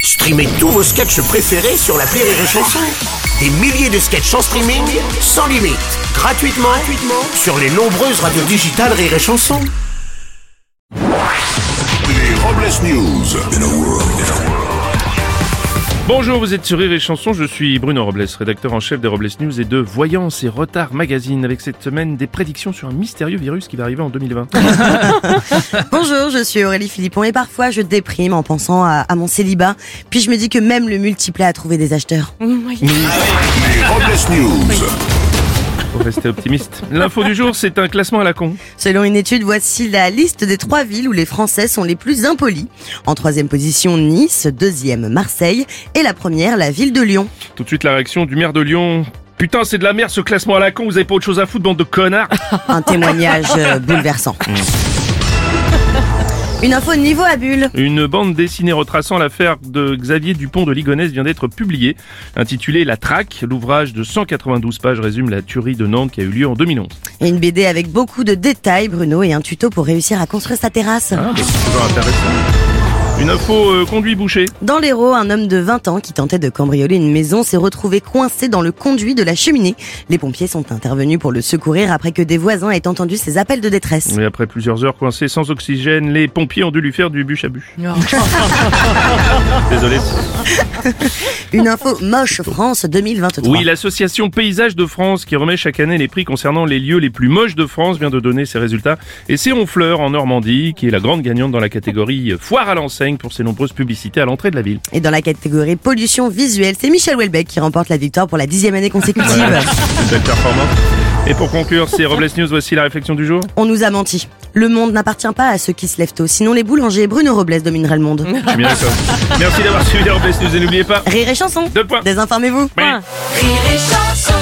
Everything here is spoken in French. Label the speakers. Speaker 1: Streamez tous vos sketchs préférés sur la Rire et Chanson. Des milliers de sketchs en streaming, sans limite, gratuitement, gratuitement sur les nombreuses radios digitales Rire et Chanson.
Speaker 2: Les Robles News. In a world.
Speaker 3: Bonjour, vous êtes sur Rire et Chanson, je suis Bruno Robles, rédacteur en chef des Robles News et de Voyance et Retard Magazine, avec cette semaine des prédictions sur un mystérieux virus qui va arriver en 2020.
Speaker 4: Bonjour, je suis Aurélie Philippon et parfois je déprime en pensant à, à mon célibat. Puis je me dis que même le multiplat a trouvé des acheteurs.
Speaker 2: Les Robles News.
Speaker 3: Faut rester optimiste. L'info du jour, c'est un classement à la con.
Speaker 4: Selon une étude, voici la liste des trois villes où les Français sont les plus impolis. En troisième position, Nice, deuxième, Marseille et la première, la ville de Lyon.
Speaker 3: Tout de suite, la réaction du maire de Lyon. Putain, c'est de la merde ce classement à la con, vous avez pas autre chose à foutre, bande de connards
Speaker 4: Un témoignage euh, bouleversant. Une info niveau à bulle.
Speaker 3: Une bande dessinée retraçant l'affaire de Xavier Dupont de Ligonnès vient d'être publiée, intitulée La Traque. L'ouvrage de 192 pages résume la tuerie de Nantes qui a eu lieu en 2011.
Speaker 4: Et une BD avec beaucoup de détails, Bruno, et un tuto pour réussir à construire sa terrasse.
Speaker 3: Ah, bah, c'est toujours intéressant. Une info euh, conduit bouché.
Speaker 4: Dans l'Hérault, un homme de 20 ans qui tentait de cambrioler une maison s'est retrouvé coincé dans le conduit de la cheminée. Les pompiers sont intervenus pour le secourir après que des voisins aient entendu ses appels de détresse.
Speaker 3: Mais après plusieurs heures coincés sans oxygène, les pompiers ont dû lui faire du bûche à bûche. Désolé.
Speaker 4: Une info moche France 2023.
Speaker 3: Oui, l'association Paysage de France, qui remet chaque année les prix concernant les lieux les plus moches de France, vient de donner ses résultats. Et c'est Honfleur, en Normandie, qui est la grande gagnante dans la catégorie Foire à l'enseigne pour ses nombreuses publicités à l'entrée de la ville.
Speaker 4: Et dans la catégorie pollution visuelle, c'est Michel Houellebecq qui remporte la victoire pour la dixième année consécutive.
Speaker 3: Une belle performance. Et pour conclure, c'est Robles News, voici la réflexion du jour.
Speaker 4: On nous a menti. Le monde n'appartient pas à ceux qui se lèvent tôt, sinon les boulangers et Bruno Robles domineraient le monde.
Speaker 3: Je suis bien d'accord. Merci d'avoir suivi les Robles News et n'oubliez pas,
Speaker 4: Rire et chanson.
Speaker 3: Deux points.
Speaker 4: Désinformez-vous.
Speaker 3: Bye.
Speaker 5: Rire et chanson